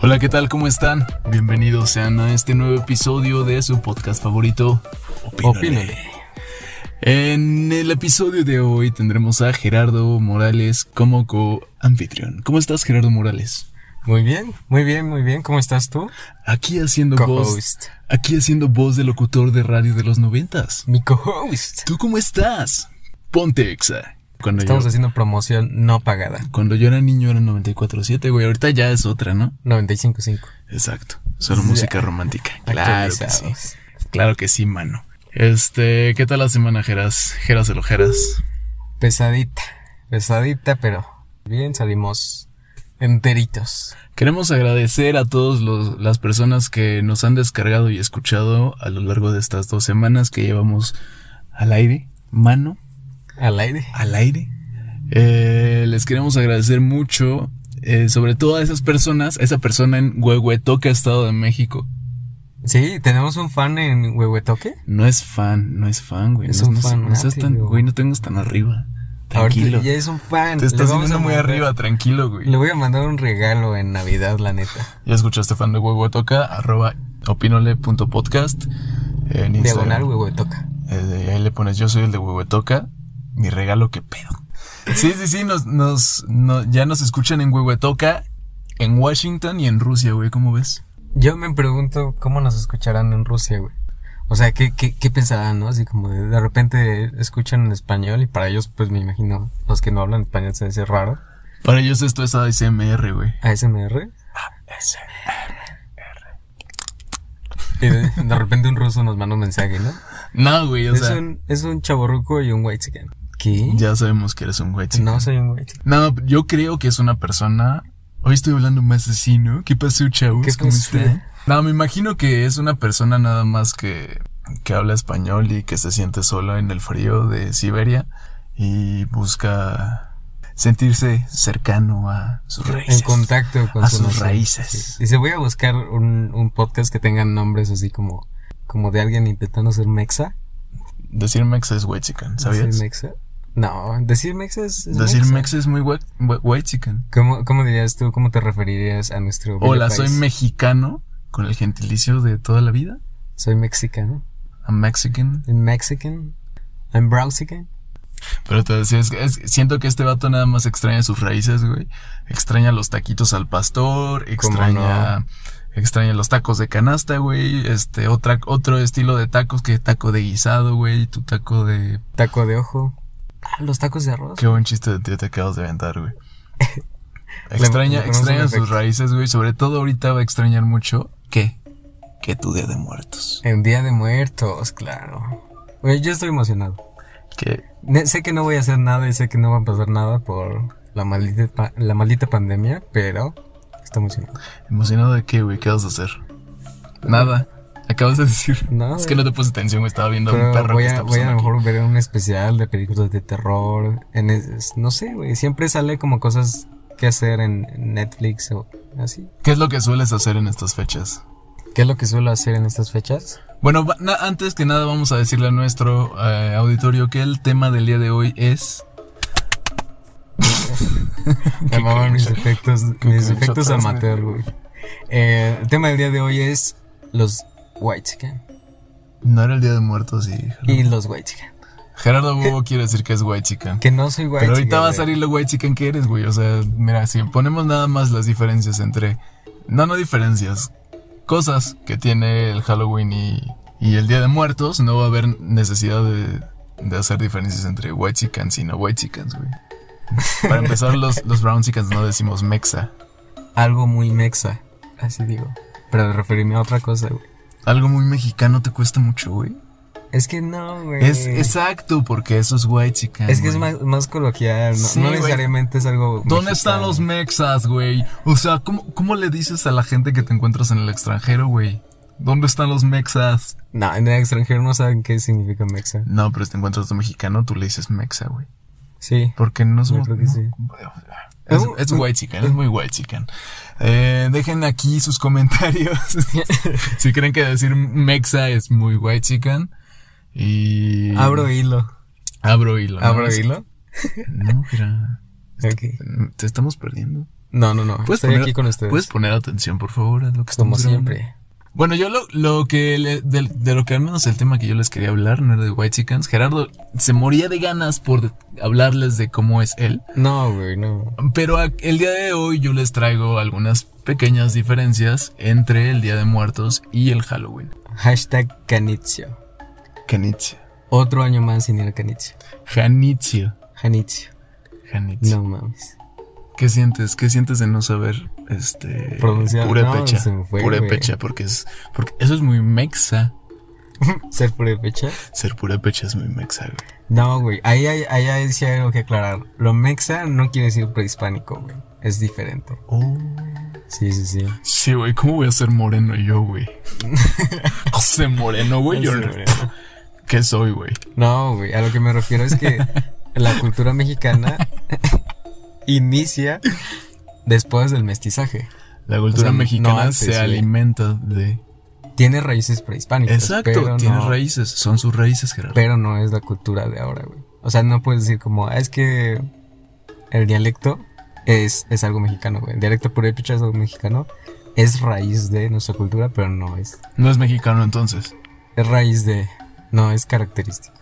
Hola, ¿qué tal? ¿Cómo están? Bienvenidos sean a este nuevo episodio de su podcast favorito, Opínale. En el episodio de hoy tendremos a Gerardo Morales como co-anfitrión. ¿Cómo estás, Gerardo Morales? Muy bien, muy bien, muy bien. ¿Cómo estás tú? Aquí haciendo voz. Co-host. Aquí haciendo voz de locutor de radio de los noventas. Mi co-host. ¿Tú cómo estás? Ponte exa. Cuando yo, Estamos haciendo promoción no pagada. cuando yo era niño era 94.7, güey. Ahorita ya es otra, ¿no? 95.5. Exacto. Solo música romántica. Claro que sí. Actualizados. Claro que sí, mano. Este, ¿qué tal la semana, Geras? Geras de Lojeras. Pesadita, pesadita, pero bien salimos enteritos. Queremos agradecer a todas las personas que nos han descargado y escuchado a lo largo de estas dos semanas que llevamos al aire, mano, Al aire. al aire. Eh, les queremos agradecer mucho, eh, sobre todo a esas personas, a esa persona en Huehuetoca, Estado de México. Sí, tenemos un fan en Huehuetoque. No es fan, no es fan, güey. Es no, un no seas- no seas tan, fanático. güey, no tengas tan arriba. Ahorita Tranquilo. ya es un fan. Te Le estás vamos viendo a muy mandar- arriba, tranquilo, güey. Le voy a mandar un regalo en Navidad, la neta. Ya escuchaste fan de Huehuetoca, arroba opinole.podcast en Instagram. Diagonal Huehuetoca. Eh, ahí le pones yo soy el de Huehuetoca, mi regalo que pedo. Sí, sí, sí, nos, nos, no- ya nos escuchan en Huehuetoca, en Washington y en Rusia, güey, ¿cómo ves? Yo me pregunto cómo nos escucharán en Rusia, güey. O sea, ¿qué, qué, qué pensarán, no? Así como de, de repente escuchan en español y para ellos, pues me imagino, los que no hablan español se dice raro. Para ellos esto es ASMR, güey. ASMR. Y de, de repente un ruso nos manda un mensaje, ¿no? No, güey, o es, sea, un, es un chaborruco y un white chicken. ¿Qué? ya sabemos que eres un güey. No soy un white chicken. No, yo creo que es una persona. Hoy estoy hablando más así, ¿no? ¿Qué pasó, chavos? ¿Qué ¿Cómo pasó? están? No, me imagino que es una persona nada más que, que habla español y que se siente solo en el frío de Siberia y busca sentirse cercano a sus En raíces. contacto con A su sus nación. raíces. Sí. Y se voy a buscar un, un podcast que tengan nombres así como, como de alguien intentando ser mexa. Decir mexa es white chicken, ¿sabías? ¿Decir mexa? No, decir mexa es. es Decir mexa. mexa es muy white, white chicken. ¿Cómo, cómo dirías tú, cómo te referirías a nuestro. bello Hola, país? soy mexicano con el gentilicio de toda la vida. Soy mexicano. A Mexican. I'm Mexican. I'm Browsican. Pero te decía, es, es- siento que este vato nada más extraña sus raíces, güey. Extraña los taquitos al pastor, extraña, extraña los tacos de canasta, güey. Este, otra, otro estilo de tacos que taco de guisado, güey. Tu taco de. Taco de ojo. Ah, los tacos de arroz. Qué buen chiste de tío te acabas de aventar, güey. Extraña, Le- le ponemos extraña un sus efecto. raíces, güey. Sobre todo ahorita va a extrañar mucho. ¿Qué? Que tu día de muertos. En Día de Muertos, claro. Oye, yo estoy emocionado. Que Ne- Sé que no voy a hacer nada y sé que no va a pasar nada por la maldita, pa- la maldita pandemia, pero estoy emocionado. emocionado de qué, güey. ¿Qué vas a hacer? Nada. Acabas de decir. Nada. Es que no te puse atención, güey. Estaba viendo a un Pero perro voy que a, está voy a pasando lo aquí. mejor ver un especial de películas de terror. En es- no sé, güey. Siempre sale como cosas que hacer en Netflix o así. ¿Qué es lo que sueles hacer en estas fechas? ¿Qué es lo que suelo hacer en estas fechas? Bueno, va- na- antes que nada vamos a decirle a nuestro eh, auditorio que el tema del día de hoy es... Me amaban mis efectos, mis cringe efectos atrás, amateur, güey. Eh, el tema del día de hoy es los White Chicken. No era el Día de Muertos y... Y los White Chicken. Gerardo Bobo quiere decir que es white chicken. Que no soy White Pero chicken, ahorita va a güey. salir lo white chicken que eres, güey. O sea, mira, si ponemos nada más las diferencias entre... No, no diferencias. Cosas que tiene el Halloween y, y el Día de Muertos, no va a haber necesidad de, de hacer diferencias entre white chickens y no white chickens, güey. Para empezar, los, los brown chickens no decimos mexa. Algo muy mexa. Así digo. Para referirme a otra cosa, güey. Algo muy mexicano te cuesta mucho, güey. Es que no, güey. Es exacto, porque eso es white chicken. Es que es güey. más, más coloquial, no, Ah, Sí, no güey. necesariamente es algo. ¿Dónde mexicano. están los mexas, güey? O sea, ¿cómo, ¿cómo le dices a la gente que te encuentras en el extranjero, güey? ¿Dónde están los mexas? No, en el extranjero no saben qué significa mexa. No, pero si te encuentras un mexicano, tú le dices mexa, güey. Sí. Porque no somos... creo que sí. Es, es white chicken, es muy white chicken. Eh, dejen aquí sus comentarios si creen que decir mexa es muy white chicken. Y... Abro hilo. Abro hilo. ¿no? ¿Abro hilo? No, mira, Ok. te estamos perdiendo. No, no, no. Estoy poner- aquí con ustedes. Puedes poner atención, por favor, a lo que como estamos grabando? siempre. Bueno, yo lo, lo que le- de, de lo que al menos el tema que yo les quería hablar no era de White Chickens. Gerardo se moría de ganas por hablarles de cómo es él. No, güey, no. Pero a- el día de hoy yo les traigo algunas pequeñas diferencias entre el Día de Muertos y el Halloween. Hashtag Canizio. Janitzio. Otro año más sin el Canizio. Janitzio. Janitzio. Janitzio. No mames. ¿Qué sientes? ¿Qué sientes de no saber este Pronunciar- purépecha? no, se me fue, purépecha, porque es porque eso es muy mexa. ¿Ser por fecha? Ser purépecha es muy mexa, güey. No, güey. Ahí hay, ahí hay sí hay algo que aclarar. Lo mexa no quiere decir prehispánico, güey. Es diferente. Oh. Sí, sí, sí. Sí, güey, ¿cómo voy a ser moreno yo, güey? José Moreno, güey, yo Sí, no- güey. ¿qué soy, güey? No, güey, a lo que me refiero es que la cultura mexicana inicia después del mestizaje. La cultura O sea, no mexicana antes, se güey. alimenta de Tiene raíces prehispánicas. Exacto, pero tiene no, raíces, son sus raíces, Gerardo. Pero no es la cultura de ahora, güey. O sea, no puedes decir como, "Ah, es que el dialecto es, es algo mexicano, güey. El dialecto purépecha es algo mexicano. Es raíz de nuestra cultura, pero no es. No es mexicano entonces. Es raíz de. No, es característico.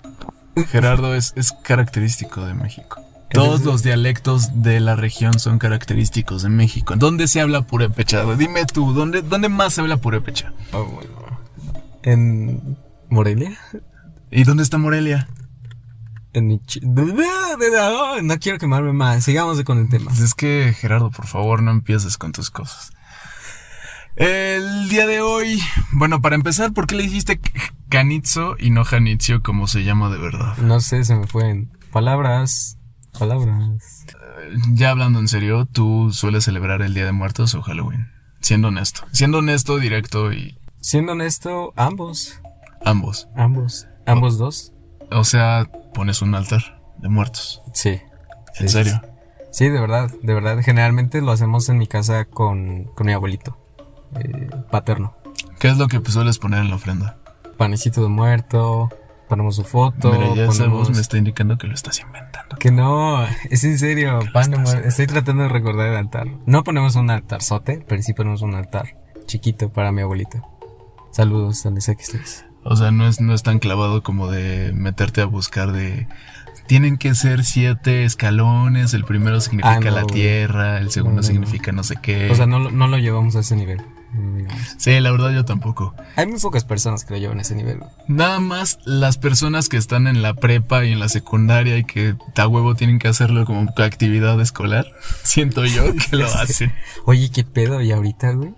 Gerardo es, es característico de México. Todos Entonces- los dialectos de la región son característicos de México. ¿Dónde se habla purépecha? Dime tú, ¿dónde, dónde más se habla purépecha? Oh, bueno. En Morelia. ¿Y dónde está Morelia? En mi chi- No quiero quemarme más. Sigamos con el tema. Pues es que, Gerardo, por favor, no empieces con tus cosas. El día de hoy, bueno, para empezar, ¿por qué le dijiste Canizzo y no Janitzio como se llama de verdad? No sé, se me fueron palabras. Palabras. Ya hablando en serio, ¿tú sueles celebrar el Día de Muertos o Halloween? Siendo honesto. Siendo honesto, directo y Siendo honesto, ambos. ambos. Ambos. Ambos dos. O sea, pones un altar de muertos. Sí. ¿En Sí, serio? Sí, de verdad, de verdad. Generalmente lo hacemos en mi casa con, con mi abuelito. eh, paterno. ¿Qué es lo que pues, sueles poner en la ofrenda? Panecito de muerto. Ponemos su foto. Mira, ya esa voz ponemos- me está indicando que lo estás inventando. Que no, es en serio, pan de muerto. Estoy tratando de recordar el altar. No ponemos un altarzote, pero sí ponemos un altar chiquito para mi abuelito. Saludos, donde sea que estés. O sea, no es, no es tan clavado como de meterte a buscar de... Tienen que ser siete escalones, el primero significa Ah, no, la güey. tierra, el segundo no, no. significa no sé qué. O sea, no, lo- no lo llevamos a ese nivel. no lo llevamos. sí, la verdad yo tampoco. Hay muy pocas personas que lo llevan a ese nivel. güey. Nada más las personas que están en la prepa y en la secundaria y que a huevo tienen que hacerlo como actividad escolar, siento yo que lo hacen. Oye, ¿qué pedo? ¿Y ahorita, güey?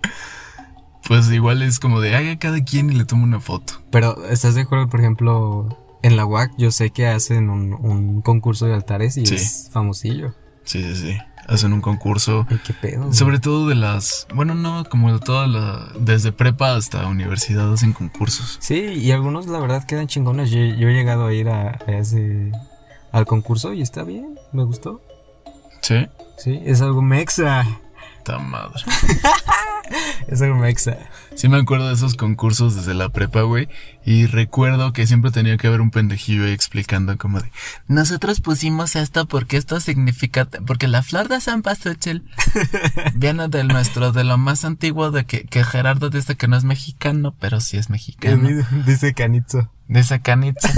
Pues igual es como de haga cada quien y le tomo una foto. Pero, ¿estás de acuerdo, por ejemplo, en la UAC? Yo sé que hacen un, un concurso de altares y Sí. es famosillo. Sí, sí, sí. Hacen un concurso. Ay, ¿Qué pedo? güey? Sobre todo de las, bueno, no, como de toda la, desde prepa hasta universidad hacen concursos. Sí, y algunos la verdad quedan chingones. Yo, yo he llegado a ir a, a ese al concurso y está bien, me gustó. Sí. Sí, es algo mexa. Ta madre. Es algo mexa. Sí me acuerdo de esos concursos desde la prepa, güey. Y recuerdo que siempre tenía que haber un pendejillo ahí explicando como de... Nosotros pusimos esto porque esto significa... Porque la flor de San Pastuchel viene del nuestro, de lo más antiguo de que, que Gerardo dice que no es mexicano, pero sí es mexicano. Dice- Dice Canitzo. De esa canitza.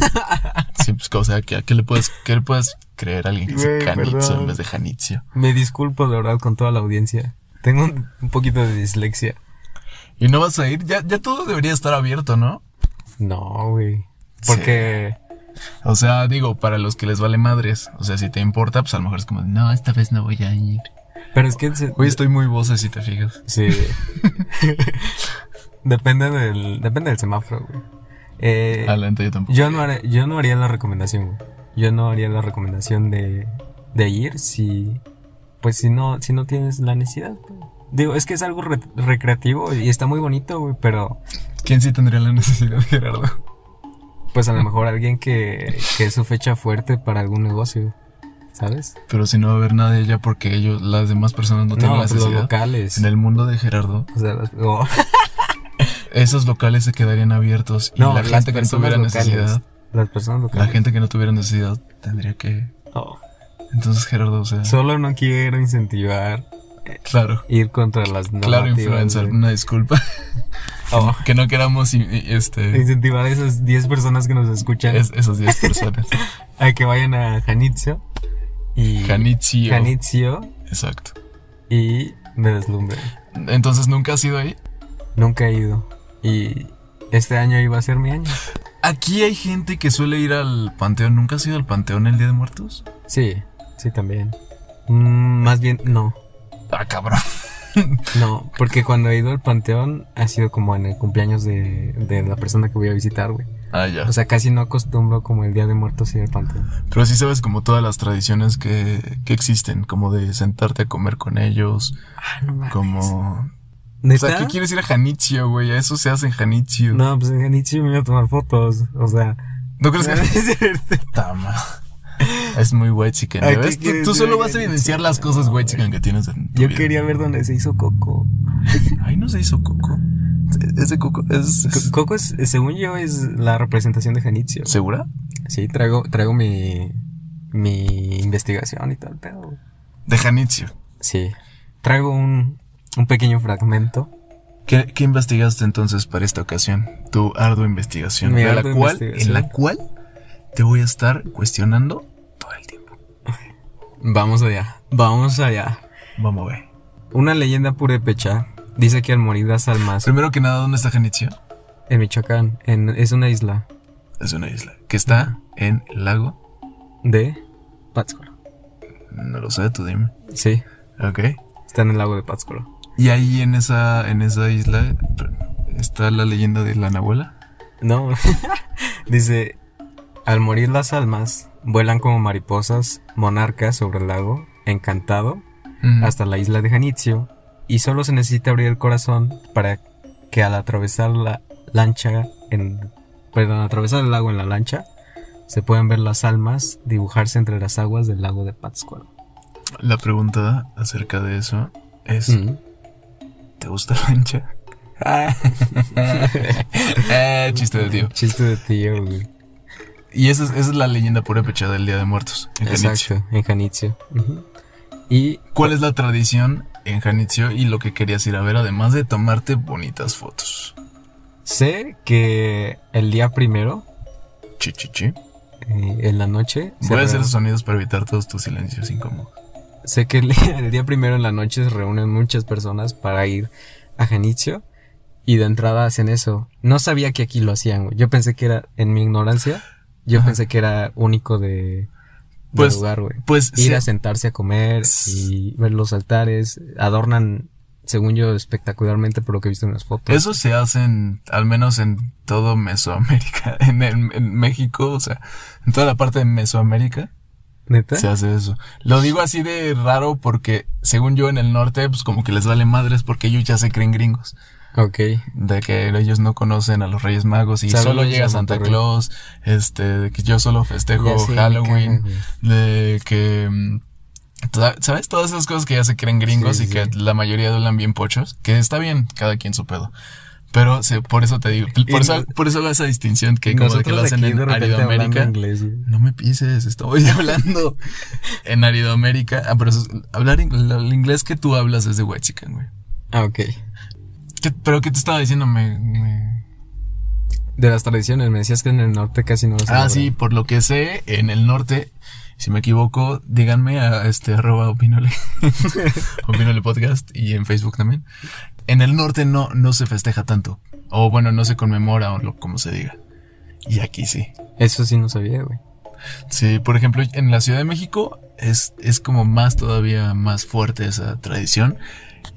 Sí, pues, o sea, ¿qué, a qué le, puedes, qué le puedes creer a alguien que dice Güey, canitzo en perdón. vez de janitzio? Me disculpo de verdad con toda la audiencia. Tengo un, un poquito de dislexia. Y no vas a ir, ya, ya todo debería estar abierto, ¿no? No, güey. Porque O sea, digo, para los que les vale madres. O sea, si te importa, pues a lo mejor es como, no, esta vez no voy a ir. pero es que se- Hoy estoy muy voce si te fijas. sí. depende del depende del semáforo, güey. Eh, Adelante, yo tampoco. Yo no, haré- yo no haría la recomendación, güey. Yo no haría la recomendación de, de ir si. Pues si no, si no tienes la necesidad. güey. Digo, es que es algo re- recreativo y está muy bonito, güey, pero ¿Quién sí tendría la necesidad, Gerardo? pues a lo mejor alguien que, que es su fecha fuerte para algún negocio, ¿sabes? Pero si no va a haber nadie ya porque ellos, las demás personas no tienen No, la pues los necesidad. locales. En el mundo de Gerardo, O sea, las- oh. no, esos locales se quedarían abiertos y no, la las gente que no personas tuviera locales, necesidad, Las personas locales. Oh, la gente que no tuviera necesidad tendría que... No. Entonces, Gerardo, o sea, Solo no quiero incentivar Claro. ir contra las Claro, normativas influencer, de- una disculpa. Oh. Que no queramos i- i- este, Incentivar a esas 10 personas que nos escuchan es- esas 10 personas. a Ah, que vayan a Janitzio y Janitzio. Janitzio Exacto. y me deslumbre. Entonces, ¿nunca has ido ahí? Nunca he ido y este año iba a ser mi año. Aquí hay gente que suele ir al panteón. ¿Nunca has ido al panteón el Día de Muertos? Sí, sí también. Mm, más bien no, Ah, cabrón. no, porque cuando he ido al panteón ha sido como en el cumpleaños de, de la persona que voy a visitar, güey. Ah, ya. O sea, casi no acostumbro como el Día de Muertos ir al panteón. Pero sí sabes como todas las tradiciones que, que existen, como de sentarte a comer con ellos, Ah, no mames. como... O ¿Neta? sea, ¿qué quieres ir a Janitzio, güey? A eso se hace en Janitzio. No, No, pues en Janitzio me iba a tomar fotos, o sea. crees que... es cierto. Tama. Es muy white chicken. ¿eh? Ay, ¿ves? ¿qué Tú, quieres tú de solo vas a white evidenciar chicken? las cosas white No, güey. chicken que tienes en tu Yo vida. quería ver dónde se hizo Coco. Ay, no se hizo Coco. Es de Coco. ¿Es, es- Co- Coco, es, según yo, es la representación de Janitzio. segura? Sí, traigo, traigo mi, mi investigación y tal, pero... De Janitzio. Sí, traigo un, un pequeño fragmento. ¿Qué, qué investigaste entonces para esta ocasión? Tu ardua investigación. Mi de la ardua cual, en investigación. la cual te voy a estar cuestionando todo el tiempo. Vamos allá, vamos allá. Vamos a ver. Una leyenda purépecha dice que al morir las almas Primero que nada, ¿dónde está Janitzio? en Michoacán en- es una isla Es una isla. Que está en el lago. de Pátzcuaro. No lo sé, tú dime. Sí, Ok. está en el lago de Pátzcuaro. Y ahí en esa, en esa isla está la leyenda de la Nahuela. No, dice, al morir las almas vuelan como mariposas monarcas sobre el lago encantado Mm. hasta la isla de Janitzio y solo se necesita abrir el corazón para que al atravesar la lancha en perdón, atravesar el lago en la lancha se puedan ver las almas dibujarse entre las aguas del lago de Pátzcuaro. La pregunta acerca de eso es: Mm. ¿te gusta la lancha? eh, Ah. chiste de tío. Chiste de tío, güey. Y esa es, esa es la leyenda pura pechada del Día de Muertos en Janitzio. Exacto, en Janitzio. Ujú. Y ¿Cuál es la tradición en Janitzio y lo que querías ir a ver, además de tomarte bonitas fotos? sé que el día primero, Chi, chi, chi. eh, en la noche, se Voy a hacer reúnen- esos sonidos para evitar todos tus silencios incómodos. Sé que el día, el día primero en la noche se reúnen muchas personas para ir a Janitzio y de entrada hacen eso. No sabía que aquí lo hacían, güey. Yo pensé que era, en mi ignorancia, yo Ajá. pensé que era único de, de Pues, lugar, güey. Pues Ir sí, a sentarse a comer y ver los altares. Adornan, según yo, espectacularmente por lo que he visto en las fotos. eso se hace en- al menos en todo Mesoamérica, en, el- en México, o sea, en toda la parte de Mesoamérica. ¿Neta? Se hace eso. Lo digo así de raro porque, según yo, en el norte, pues como que les vale madres porque ellos ya se creen gringos. Ok. De que ellos no conocen a los Reyes Magos y Saludos solo llega a Santa Monterrey. Claus, este, de que yo solo festejo Ya sé, me Halloween, caga, güey. de que, mm, toda- ¿sabes? Todas esas cosas que ya se creen gringos Sí, y sí. que la mayoría duelan bien pochos, que está bien, cada quien su pedo. Pero se- por eso te digo, por Y eso, no- por eso hago esa distinción que como de que Nosotros lo hacen aquí en de repente hablando América. inglés, güey. No me pises, estoy hablando en Aridoamérica. Ah, pero eso es- hablar ing- el inglés que tú hablas es de Huachican, güey. Ah, ok. ¿Qué- ¿Pero qué te estaba diciendo? Me, me- De las tradiciones, me decías que en el norte casi no lo Ah, celebran. sí, por lo que sé, en el norte, si me equivoco, díganme a este arroba opinole, opinole podcast y en Facebook también. En el norte no, no se festeja tanto. O bueno, no se conmemora o lo- como se diga. Y aquí sí. Eso sí no sabía, güey. Sí, por ejemplo, en la Ciudad de México es, es como más todavía más fuerte esa tradición.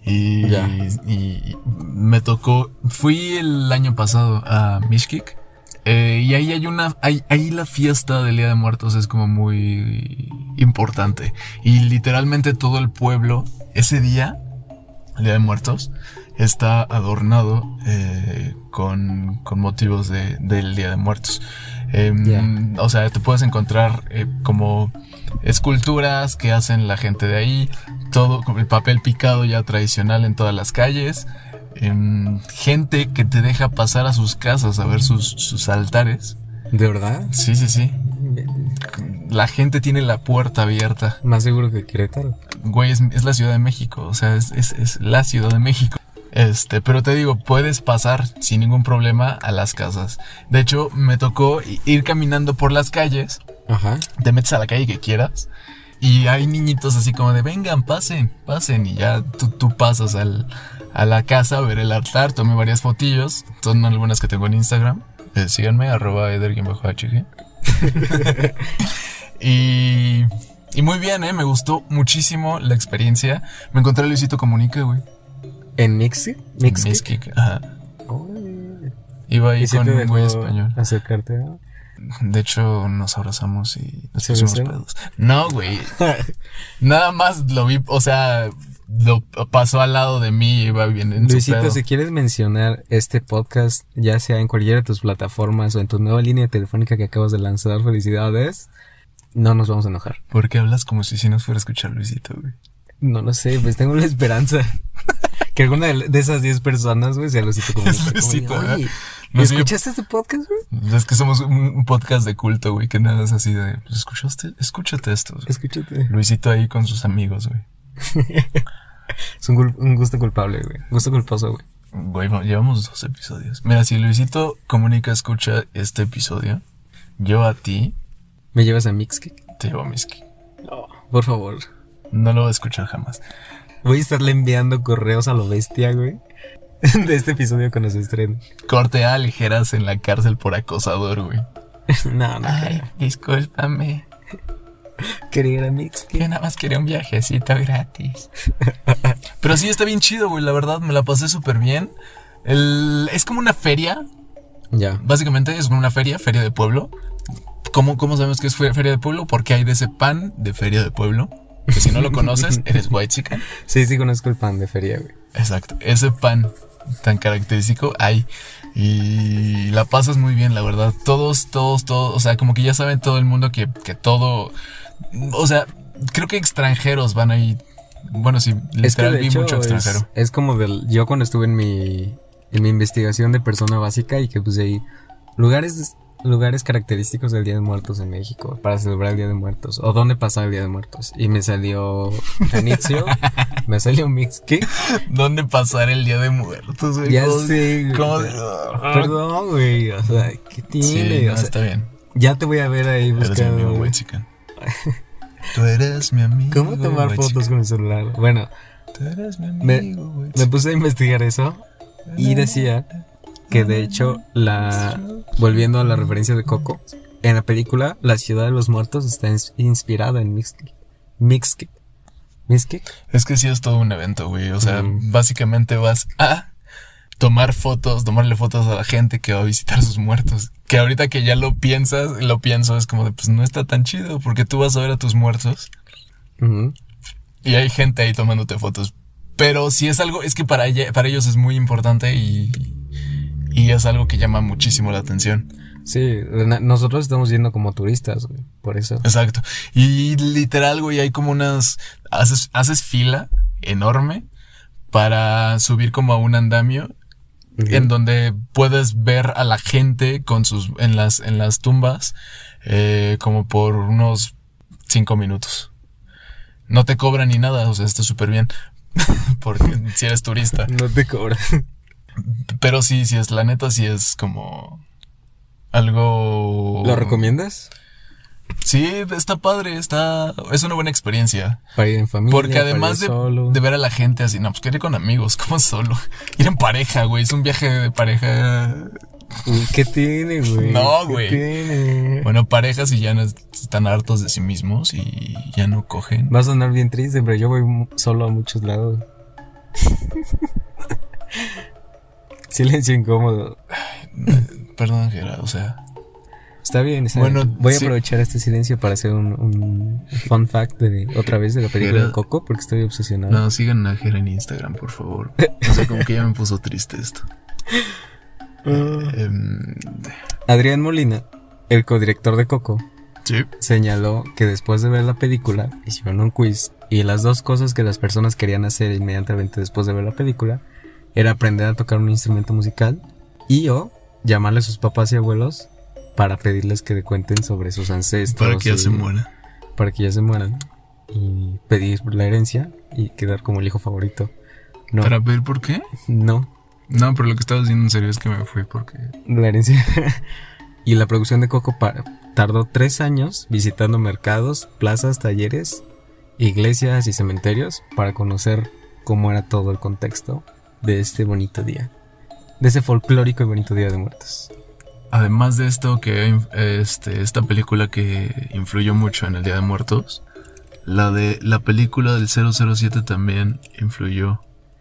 Y, Ya. y- y me tocó, fui el año pasado a Mishkik. eh, y ahí hay una, ahí- ahí la fiesta del Día de Muertos es como muy importante. Y literalmente todo el pueblo, ese día, el Día de Muertos, está adornado eh, con, con motivos de- del Día de Muertos. Em, Ya. O sea, te puedes encontrar eh, como esculturas que hacen la gente de ahí, todo con el papel picado ya tradicional en todas las calles, em, gente que te deja pasar a sus casas a ver sus, sus altares. ¿De verdad? Sí, sí, sí. La gente tiene la puerta abierta. Más seguro que Querétaro. güey, es, es la Ciudad de México, o sea, es, es- es la Ciudad de México. Este, pero te digo, puedes pasar sin ningún problema a las casas. De hecho, me tocó i- ir caminando por las calles, Ajá. te metes a la calle que quieras, y hay niñitos así como de, vengan, pasen, pasen, y ya tú, tú pasas al- a la casa a ver el altar, tomé varias fotillos, son algunas que tengo en Instagram, Eh, síganme, arroba eder-hg. Y, y muy bien, ¿eh? me gustó muchísimo la experiencia. Me encontré a Luisito Comunica, güey. ¿En Mixi? Mixi. Mixkick, ajá. Órale. Iba ahí ¿Y si con te un güey dejó español. Acercarte. ¿no? De hecho, nos abrazamos y nos ¿Se pusimos besaron? pedos. No, güey. Nada más lo vi, o sea, lo pasó al lado de mí y iba bien en su Luisito, pedo. si quieres mencionar este podcast, ya sea en cualquiera de tus plataformas o en tu nueva línea telefónica que acabas de lanzar, felicidades. No nos vamos a enojar. ¿Por qué hablas como si si nos fuera a escuchar Luisito, güey? No lo sé, pues tengo la esperanza que alguna de de esas 10 personas, güey, sea Luisito como Es Luisito, como de, "Oye, ¿eh? No sé, ¿Escuchaste este podcast, güey? Es que somos un, un podcast de culto, güey, que nada es así de... "Pues, ¿Escuchaste? Escúchate esto. güey". Escúchate. Luisito ahí con sus amigos, güey. Es un, gul- un gusto culpable, güey. Gusto culposo, güey. Güey, va- llevamos dos episodios. Mira, si Luisito Comunica escucha este episodio, yo a ti ¿Me llevas a Mixkick? te llevo a Miski. Por favor. No lo va a escuchar jamás. Voy a estarle enviando correos a lo bestia, güey. De este episodio cuando se estrene. Corte a ligeras en la cárcel por acosador, güey. No, no, Ay, creo. discúlpame. Quería ir a Mixkick. Yo nada más quería un viajecito gratis. Pero sí, está bien chido, güey. La verdad, me la pasé súper bien. El- Es como una feria. Ya. Básicamente es como una feria, feria de pueblo. ¿Cómo, ¿Cómo sabemos que es fe- feria de pueblo? Porque hay de ese pan de feria de pueblo. Que si no lo conoces, eres white chicken. Sí, sí conozco el pan de feria, güey. Exacto, ese pan tan característico hay. Y la pasas muy bien, la verdad. Todos, todos, todos, o sea, como que ya saben todo el mundo que, que todo... O sea, creo que extranjeros van ahí. Bueno, sí, literal vi mucho es, extranjero. es como del... Yo cuando estuve en mi... En mi investigación de persona básica y que puse ahí lugares, lugares característicos del Día de Muertos en México para celebrar el Día de Muertos o dónde pasar el Día de Muertos. Y me salió Benicio, me salió Mixkick. ¿Dónde pasar el Día de Muertos? güey? Ya ¿Cómo- sé, güey. cómo- Ah. Perdón, güey. O sea, Sí, ¿qué tiene? no, o sea, está bien. ya te voy a ver ahí Eres mi amigo, buscando. güey, güey. chica. Tú eres mi amigo. ¿Cómo tomar güey, fotos chica. con el celular? Bueno, Tú eres mi Me- amigo, güey, me puse a investigar eso y decía que de hecho la Ah. volviendo a la referencia de Coco, en la película La ciudad de los muertos está ins- inspirada en Mixkick. Mixkick. Mixkick. Es que sí es todo un evento, güey. O sea, Mm. básicamente vas a tomar fotos, tomarle fotos a la gente que va a visitar sus muertos. Que ahorita que ya lo piensas, lo pienso, es como de, pues no está tan chido, porque tú vas a ver a tus muertos Ujú. y hay gente ahí tomándote fotos. Pero si es algo, es que para, ella- para ellos es muy importante y, y es algo que llama muchísimo la atención. Sí, na- nosotros estamos yendo como turistas, güey, por eso. Exacto. Y literal, güey, hay como unas. Haces, haces fila enorme para subir como a un andamio en donde puedes ver a la gente con sus en las en las tumbas eh, como por unos cinco minutos no te cobran ni nada o sea está súper bien porque si eres turista No te cobran. pero sí sí es la neta sí es como algo ¿Lo recomiendas? sí está padre está es una buena experiencia Para ir en familia. porque para ir además de, solo. de ver a la gente así no pues quiere ir con amigos como solo ir en pareja güey es un viaje de pareja Uy, ¿Qué tiene, güey? No, ¿Qué güey. tiene? Bueno, parejas y ya no están hartos de sí mismos y ya no cogen. Va a sonar bien triste, pero yo voy mu- solo a muchos lados. Silencio incómodo. Perdón, Gerardo, o sea. Está bien, está Bueno, bien. Voy a sí. aprovechar este silencio para hacer un, un fun fact de otra vez de la película Era- de Coco, porque estoy obsesionado. No, sigan a Gera en Instagram, por favor. O sea, como que ya me puso triste esto. Em, Adrián Molina, el codirector de Coco, sí. señaló que después de ver la película, hicieron un quiz y las dos cosas que las personas querían hacer inmediatamente después de ver la película era aprender a tocar un instrumento musical y o llamarle a sus papás y abuelos para pedirles que le cuenten sobre sus ancestros. Para que ya y- se muera. Para que ya se mueran. y pedir la herencia y quedar como el hijo favorito. No, ¿Para ver por qué? no, No, pero lo que estaba diciendo en serio es que me fui porque. la herencia. y la producción de Coco pa- tardó tres años visitando mercados, plazas, talleres, iglesias y cementerios para conocer cómo era todo el contexto de este bonito día. De ese folclórico y bonito día de muertos. Además de esto, que este, esta película que influyó mucho en el Día de Muertos, la de la película del 007 también influyó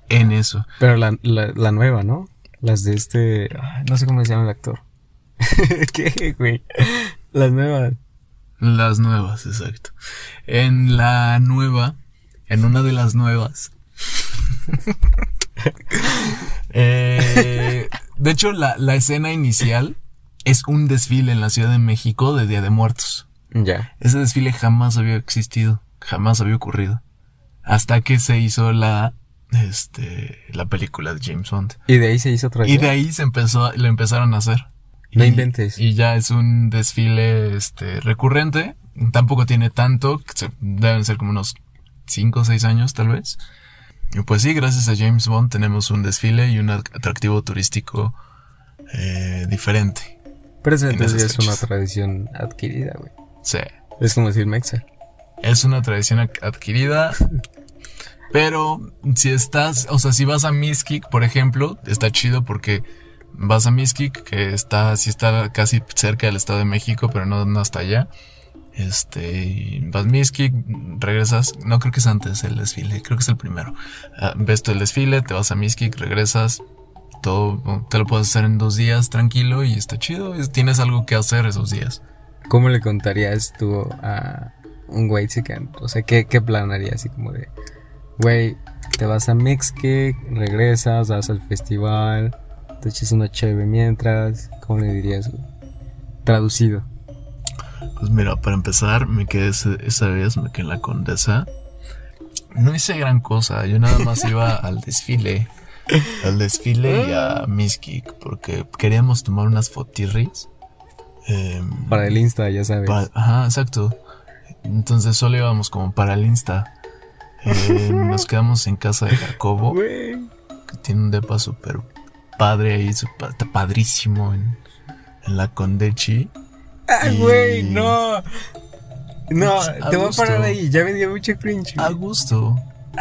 en eso. Pero la, la- la nueva, ¿no? Las de este... ay, No sé cómo se llama el actor. ¿Qué, güey? Las nuevas. Las nuevas, exacto. En la nueva, en una de las nuevas. Eh, de hecho, la, la escena inicial es un desfile en la Ciudad de México de Día de Muertos. Ya. Ese desfile jamás había existido, jamás había ocurrido. Hasta que se hizo la, este, la película de James Bond. Y de ahí se hizo otra Y idea. de ahí se empezó, lo empezaron a hacer. No Y- inventes. Y ya es un desfile este, recurrente. Tampoco tiene tanto, que se- deben ser como unos 5 o 6 años tal vez. Y pues sí, gracias a James Bond tenemos un desfile y un at- atractivo turístico eh, diferente. Pero eso entonces esas ya es una fechas. tradición adquirida, güey. Sí, Es como decir Mexa. es una tradición ac- adquirida. Pero si estás, o sea, si vas a Miskik, por ejemplo, está chido porque vas a Miskik, que está, sí está casi cerca del Estado de México, pero no, no hasta allá. Este, y vas a Miskik, regresas, no creo que es antes el desfile, creo que es el primero. Ah, ves todo el desfile, te vas a Miskik, regresas, todo, te lo puedes hacer en dos días tranquilo y está chido, es- tienes algo que hacer esos días. ¿Cómo le contarías tú a un güey chican? O sea, ¿qué, qué plan harías? Así como de, güey, te vas a Mixkick, regresas, vas al festival, te echas una chévere mientras. ¿Cómo le dirías, güey? Traducido. Pues mira, para empezar, me quedé ese- esa vez, me quedé en la condesa. No hice gran cosa, yo nada más iba al desfile. Al desfile y a Miskik, porque queríamos tomar unas fotirris. em, Para el Insta, ya sabes. pa- ajá, exacto. Entonces solo íbamos como para el Insta. Eh, nos quedamos en casa de Jacobo, Güey. que tiene un depa súper padre ahí, súper- está padrísimo en, en la Condechi. ¡Ah, Y- güey! ¡No! No, Pues, a te voy a gusto. parar ahí. Ya me dio mucho cringe. güey. A gusto.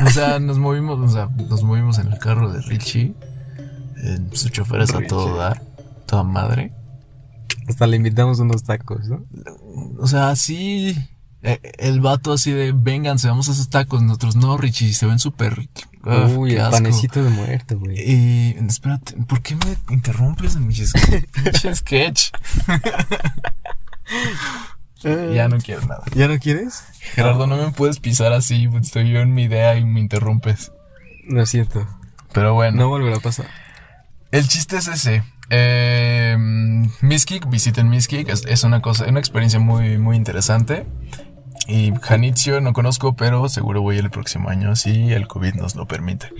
O sea, nos movimos, o sea, nos movimos en el carro de Richie. Eh, su chofer es a todo Richie. dar, toda madre. Hasta le invitamos unos tacos, ¿no? O sea, así. eh, El vato así de, vénganse, vamos a esos tacos. Nosotros, no, Richie, se ven súper. ah, Uy, qué el asco". panecito de muerto, güey. Y, espérate, ¿por qué me interrumpes en mi ches- pinche sketch? ya no quiero nada. ¿Ya no quieres? Gerardo, no me puedes pisar así, estoy yo en mi idea y me interrumpes. No es cierto. Pero bueno. No volverá a pasar. El chiste es ese. Eh, Miskik, visiten Miskik, es, es una cosa, una experiencia muy, muy interesante. Y Janitzio no conozco, pero seguro voy el próximo año si el COVID nos lo permite.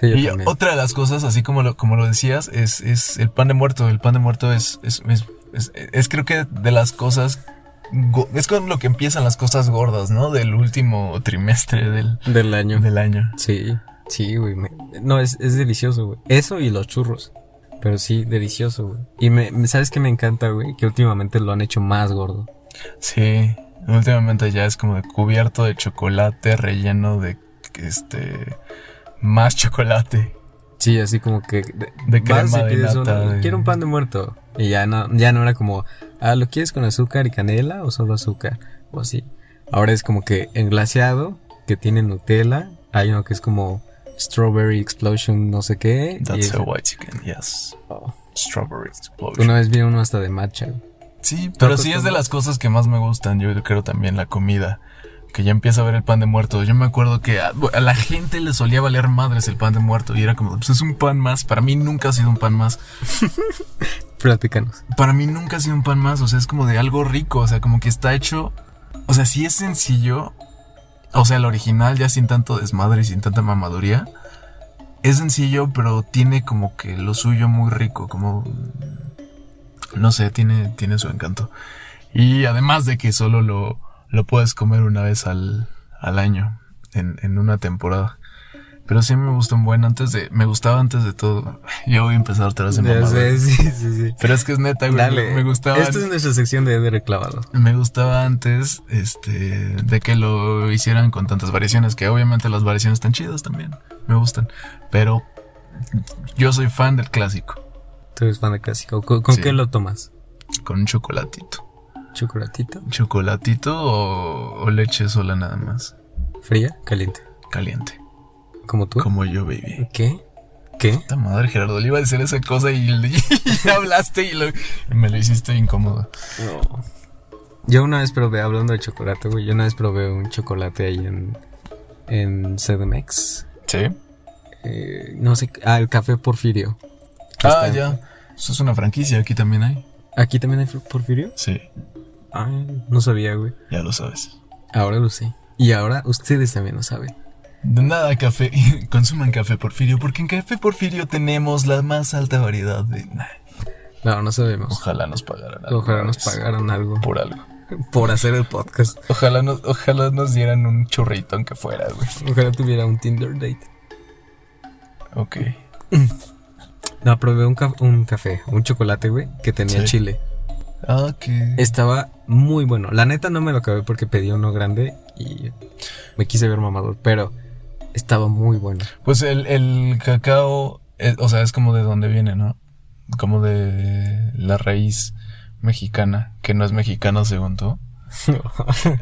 Sí, yo Y también. otra de las cosas, así como lo, como lo decías, es, es el pan de muerto. El pan de muerto es, es, es, es- es creo que de las cosas, go- es con lo que empiezan las cosas gordas, ¿no? Del último trimestre del, Del año. del año. Sí, sí, güey. me- No, es, es delicioso, güey. Eso y los churros. Pero sí, delicioso, güey. Y me, me- ¿sabes qué me encanta, güey? Que últimamente lo han hecho más gordo. Sí, últimamente ya es como de cubierto de chocolate relleno de este más chocolate. Sí, así como que... De, De crema de pides nata, un- de- Quiero un pan de muerto. Y ya no, ya no era como... Ah, ¿lo quieres con azúcar y canela o solo azúcar? O así. Ahora es como que en glaseado, que tiene Nutella. Hay uno que es como... Strawberry Explosion, no sé qué. y That's es- a white chicken, yes. Oh. Strawberry explosion. Una vez vi uno hasta de matcha. güey. Sí, pero sí es de las cosas que más me gustan. Yo creo también la comida. Que ya empieza a ver el pan de muerto. Yo me acuerdo que a, a la gente le solía valer madres el pan de muerto. Y era como, pues es un pan más. Para mí nunca ha sido un pan más. Platícanos. para mí nunca ha sido un pan más, o sea, es como de algo rico, o sea, como que está hecho, o sea, sí es sencillo, o sea, el original ya sin tanto desmadre y sin tanta mamaduría, es sencillo, pero tiene como que lo suyo muy rico, como, no sé, tiene, tiene su encanto. Y además de que solo lo, lo puedes comer una vez al, al año, en, en una temporada. Pero sí me gustó un buen antes de. Me gustaba antes de todo. Ya voy a empezar otra vez en Ya mamador. sé, sí, sí, sí. Pero es que es neta, güey. Dale. Me gustaba. Esta es nuestra sección de Dere Clavado. Me gustaba antes, este, de que lo hicieran con tantas variaciones, que obviamente las variaciones están chidas también, me gustan, pero yo soy fan del clásico, Tú eres fan de clásico. ¿Con, con Sí. qué lo tomas? con un chocolatito. ¿Chocolatito? ¿Chocolatito o, o leche sola nada más? ¿Fría? ¿Caliente? Caliente, ¿Como tú? como yo, baby. ¿Qué? ¿Qué? Puta madre, Gerardo, le iba a decir esa cosa y, y ya hablaste y lo- me lo hiciste incómodo. Yo una vez probé, hablando de chocolate, güey, yo una vez probé un chocolate ahí en, en CDMX. ¿Sí? Eh, no sé, ah, el Café Porfirio. Ah, Está- ya. Eso es una franquicia, aquí también hay. ¿Aquí también hay Porfirio? Sí, Ah, no sabía, güey. ya lo sabes. Ahora lo sé. Y ahora ustedes también lo saben. De Nada, café. Consuman café Porfirio, porque en café Porfirio tenemos la más alta variedad de. Nah, No, no sabemos. Ojalá nos pagaran algo. Ojalá nos ¿sabes? pagaran algo Por algo. por hacer el podcast. Ojalá nos, ojalá nos dieran un chorrito, aunque fuera, güey. Ojalá tuviera un Tinder date. Ok. No, probé un, ca- un café, un chocolate, güey, que tenía Sí. chile. Ah, Ok. Estaba muy bueno. La neta no me lo acabé porque pedí uno grande y me quise ver mamador, pero estaba muy bueno. Pues el, el cacao, eh, o sea, es como de donde viene, ¿no? Como de la raíz mexicana, que no es mexicana según tú.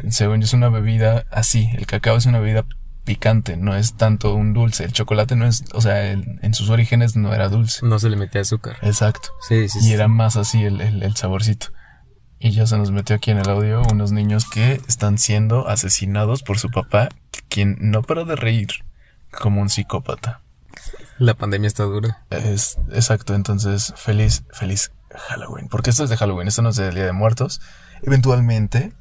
Según yo es una bebida así, el cacao es una bebida picante, no es tanto un dulce, el chocolate no es, o sea, el- en sus orígenes no era dulce. no se le metía azúcar. Exacto. Sí, sí, sí. Y era más así el, el- el saborcito. Y ya se nos metió aquí en el audio unos niños que están siendo asesinados por su papá, quien no para de reír como un psicópata. La pandemia está dura. Es, exacto, entonces feliz, feliz Halloween. Porque esto es de Halloween, esto no es del Día de Muertos. Eventualmente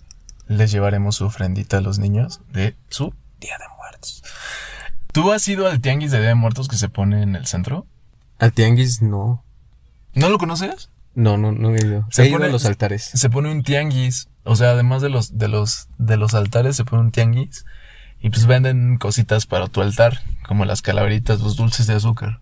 les llevaremos su ofrendita a los niños de su Día de Muertos. ¿Tú has ido al tianguis de Día de Muertos que se pone en el centro? Al tianguis no. ¿No lo conoces? No, no, no he ido. Se he ido pone- a los altares. Se pone un tianguis, o sea, además de los, de los, de los altares, se pone un tianguis. Y pues venden cositas para tu altar, como las calaveritas, los dulces de azúcar.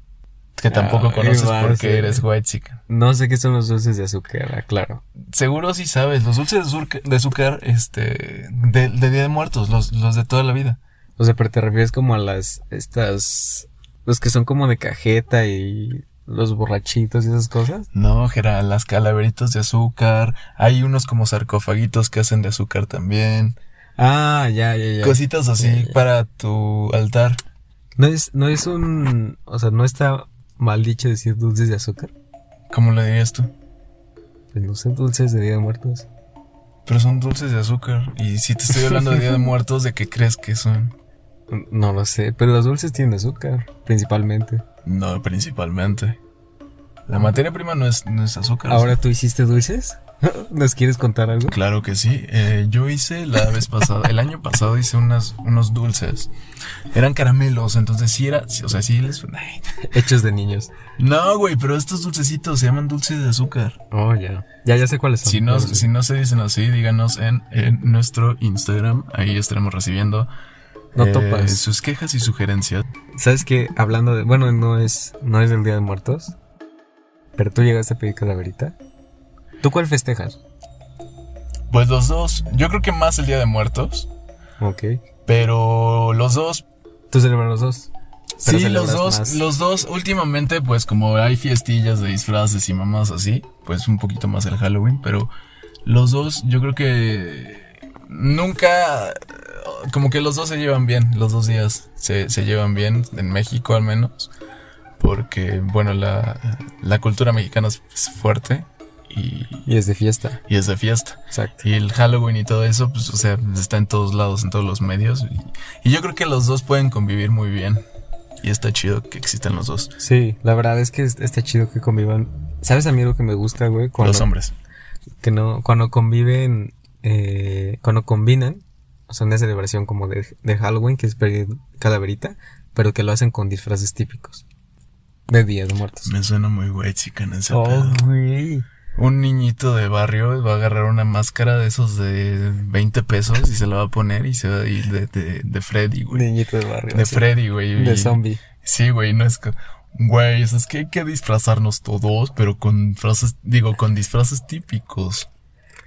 Que tampoco Ah, conoces igual, porque sí. eres white chica. No sé qué son los dulces de azúcar, ah, claro. Seguro sí sabes, los dulces de azúcar, de azúcar, este, de, de Día de Muertos, los, los de toda la vida. O sea, pero te refieres como a las, estas, los que son como de cajeta y los borrachitos y esas cosas. No, Gerard, las calaveritas de azúcar, hay unos como sarcofaguitos que hacen de azúcar también, Ah, ya, ya, ya. cositas así Ya, ya. para tu altar. No es, no es un, o sea, no está mal dicho decir dulces de azúcar. ¿Cómo le dirías tú? Pues no son dulces de Día de Muertos. Pero son dulces de azúcar. Y si te estoy hablando de Día de Muertos, ¿de qué crees que son? No lo sé, pero los dulces tienen azúcar, principalmente. No, principalmente. La materia prima no es, no es azúcar. Ahora tú hiciste dulces. ¿Nos quieres contar algo? Claro que sí. Eh, yo hice la vez pasada, el año pasado hice unas, unos dulces. Eran caramelos, entonces sí era, sí, o sea, sí les... Ay. Hechos de niños. No, güey, pero estos dulcecitos se llaman dulces de azúcar. Oh, ya. Ya, ya sé cuáles son. Si no, Ahora sí. si no se dicen así, díganos en, en nuestro Instagram. Ahí estaremos recibiendo No eh, topas. sus quejas y sugerencias. ¿Sabes qué? Hablando de. Bueno, no es, no es del Día de Muertos. Pero tú llegaste a pedir calaverita. ¿Tú cuál festejas? Pues los dos, yo creo que más el Día de Muertos, Ok. pero los dos ¿Tú celebras los dos? Pero sí, los celebras dos, más. los dos, últimamente, pues como hay fiestillas de disfraces y mamás así, pues un poquito más el Halloween, pero los dos, yo creo que nunca, eh, como que los dos se llevan bien, los dos días se, se llevan bien, en México al menos, porque, bueno, la, la cultura mexicana es es fuerte y, Y es de fiesta. y es de fiesta. Exacto. Y el Halloween y todo eso, pues, o sea, está en todos lados, en todos los medios. Y, y yo creo que los dos pueden convivir muy bien. Y está chido que existan los dos. Sí, la verdad es que es- está chido que convivan. ¿Sabes a mí lo que me gusta, güey? Cuando- Los hombres. que no cuando conviven eh, cuando combinan o sea una celebración como de, de Halloween que es pedir calaverita pero que lo hacen con disfraces típicos de Día de Muertos Me suena muy guay, chica, en ese oh pedo. güey un niñito de barrio va a agarrar una máscara de esos de 20 pesos y se la va a poner y se va a ir de, de, de Freddy, güey. Niñito de barrio. De así, Freddy, güey. De y- zombie. Sí, güey, no es que... Güey, o sea, es que hay que disfrazarnos todos, pero con frases, digo, con disfraces típicos.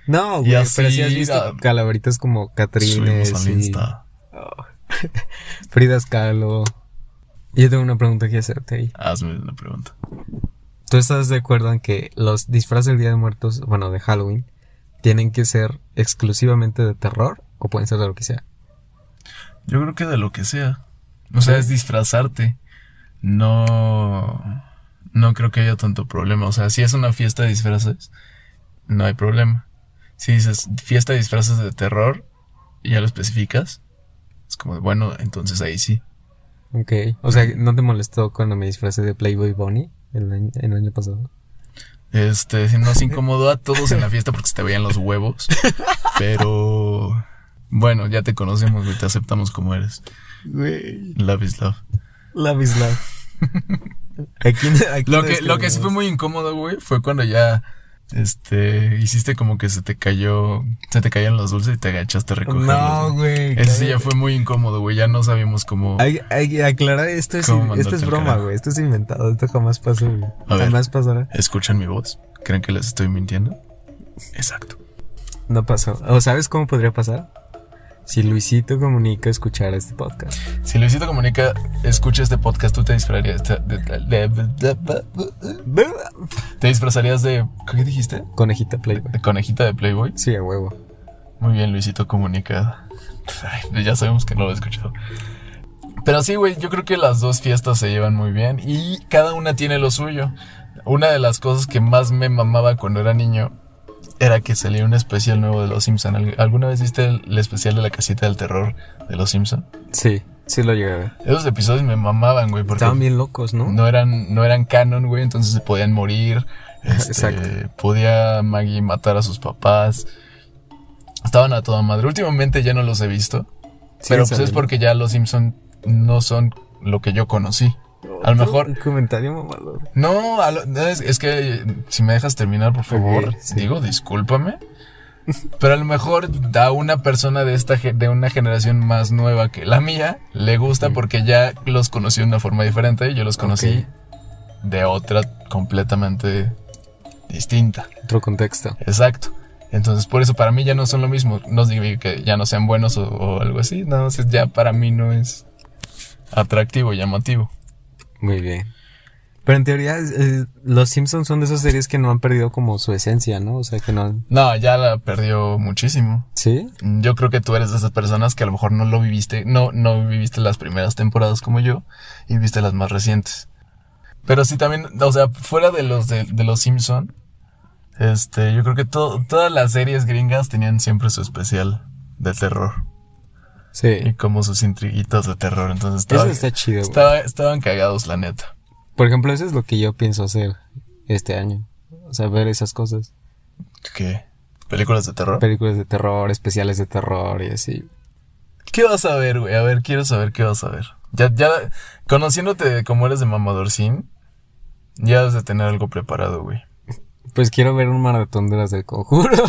No, Y güey, pero así, sí has ah, visto calaveritas como Subimos Catrines al y Insta. Fridas Kahlo. Yo tengo una pregunta que hacerte ahí. Hazme una pregunta. ¿Tú estás de acuerdo en que los disfraces del Día de Muertos, bueno, de Halloween, tienen que ser exclusivamente de terror o pueden ser de lo que sea? Yo creo que de lo que sea. O sea, es disfrazarte. No. No creo que haya tanto problema. O sea, si es una fiesta de disfraces, no hay problema. Si dices fiesta de disfraces de terror, y ya lo especificas, es como, bueno, entonces ahí sí. Ok. O sea, ¿no te molestó cuando me disfracé de Playboy Bonnie el año, el año pasado? Este, si nos incomodó a todos en la fiesta porque se te veían los huevos. Pero. Bueno, ya te conocemos, güey, te aceptamos como eres. Güey. Love is love. Love is love. Aquí, aquí Lo no que, lo que sí fue muy incómodo, güey, fue cuando ya este hiciste como que se te cayó, se te caían los dulces y te agachaste a recogerlos. No, güey. güey. Ese sí ya cállate. fue muy incómodo, güey. Ya no sabíamos cómo. Hay, hay que aclarar, esto es, ¿Cómo in- esto mandarte es al broma, carajo? güey. Esto es inventado, esto jamás pasó, güey. A ver. Jamás pasará. ¿Escuchan mi voz? ¿Creen que les estoy mintiendo? Exacto. No pasó. ¿O sabes cómo podría pasar? Si Luisito comunica escuchar este podcast. Si Luisito Comunica escucha este podcast, tú te disfrazarías de, de- de- te disfrazarías de ¿qué dijiste? Conejita Playboy. De conejita de Playboy. Sí, a huevo. Muy bien, Luisito Comunica. Ay, ya sabemos que no lo he escuchado. Pero sí, güey, yo creo que las dos fiestas se llevan muy bien y cada una tiene lo suyo. Una de las cosas que más me mamaba cuando era niño era que salía un especial nuevo de Los Simpson. ¿Al- ¿Alguna vez viste el, el especial de la casita del terror de Los Simpson? Sí, sí lo llegué a ver. Esos episodios me mamaban, güey, porque Estaban bien locos, ¿no? no eran no eran canon, güey, entonces se podían morir. este, Exacto. Podía Maggie matar a sus papás. Estaban a toda madre. Últimamente ya no los he visto, Sí, pero pues saben. es porque ya los Simpson no son lo que yo conocí. A lo mejor- Un comentario mamador. No, a lo- es, es que eh, si me dejas terminar, por favor, sí. digo, discúlpame. Pero a lo mejor a una persona de esta ge- de una generación más nueva que la mía le gusta porque ya los conocí de una forma diferente y yo los conocí Ok. de otra completamente distinta. Otro contexto. Exacto. Entonces, por eso para mí ya no son lo mismo. No digo que ya no sean buenos o, o algo así. No, es- ya para mí no es atractivo, llamativo. Muy bien. Pero en teoría, eh, los Simpsons son de esas series que no han perdido como su esencia, ¿no? O sea, que no han... No, ya la perdió muchísimo. ¿Sí? Yo creo que tú eres de esas personas que a lo mejor no lo viviste, no, no viviste las primeras temporadas como yo y viste las más recientes. Pero sí también, o sea, fuera de los de, de los Simpson, este, yo creo que to- todas las series gringas tenían siempre su especial de terror y Sí. como sus intriguitas de terror. Entonces Eso estaba- está chido, güey. estaba- estaban cagados, la neta. Por ejemplo, eso es lo que yo pienso hacer este año. O sea, ver esas cosas. ¿Qué? ¿Películas de terror? Películas de terror, especiales de terror y así. ¿Qué vas a ver, güey? A ver, quiero saber qué vas a ver. Ya, ya, conociéndote como eres de mamadorcín, ya has de tener algo preparado, güey. Pues quiero ver un maratón de las del conjuro.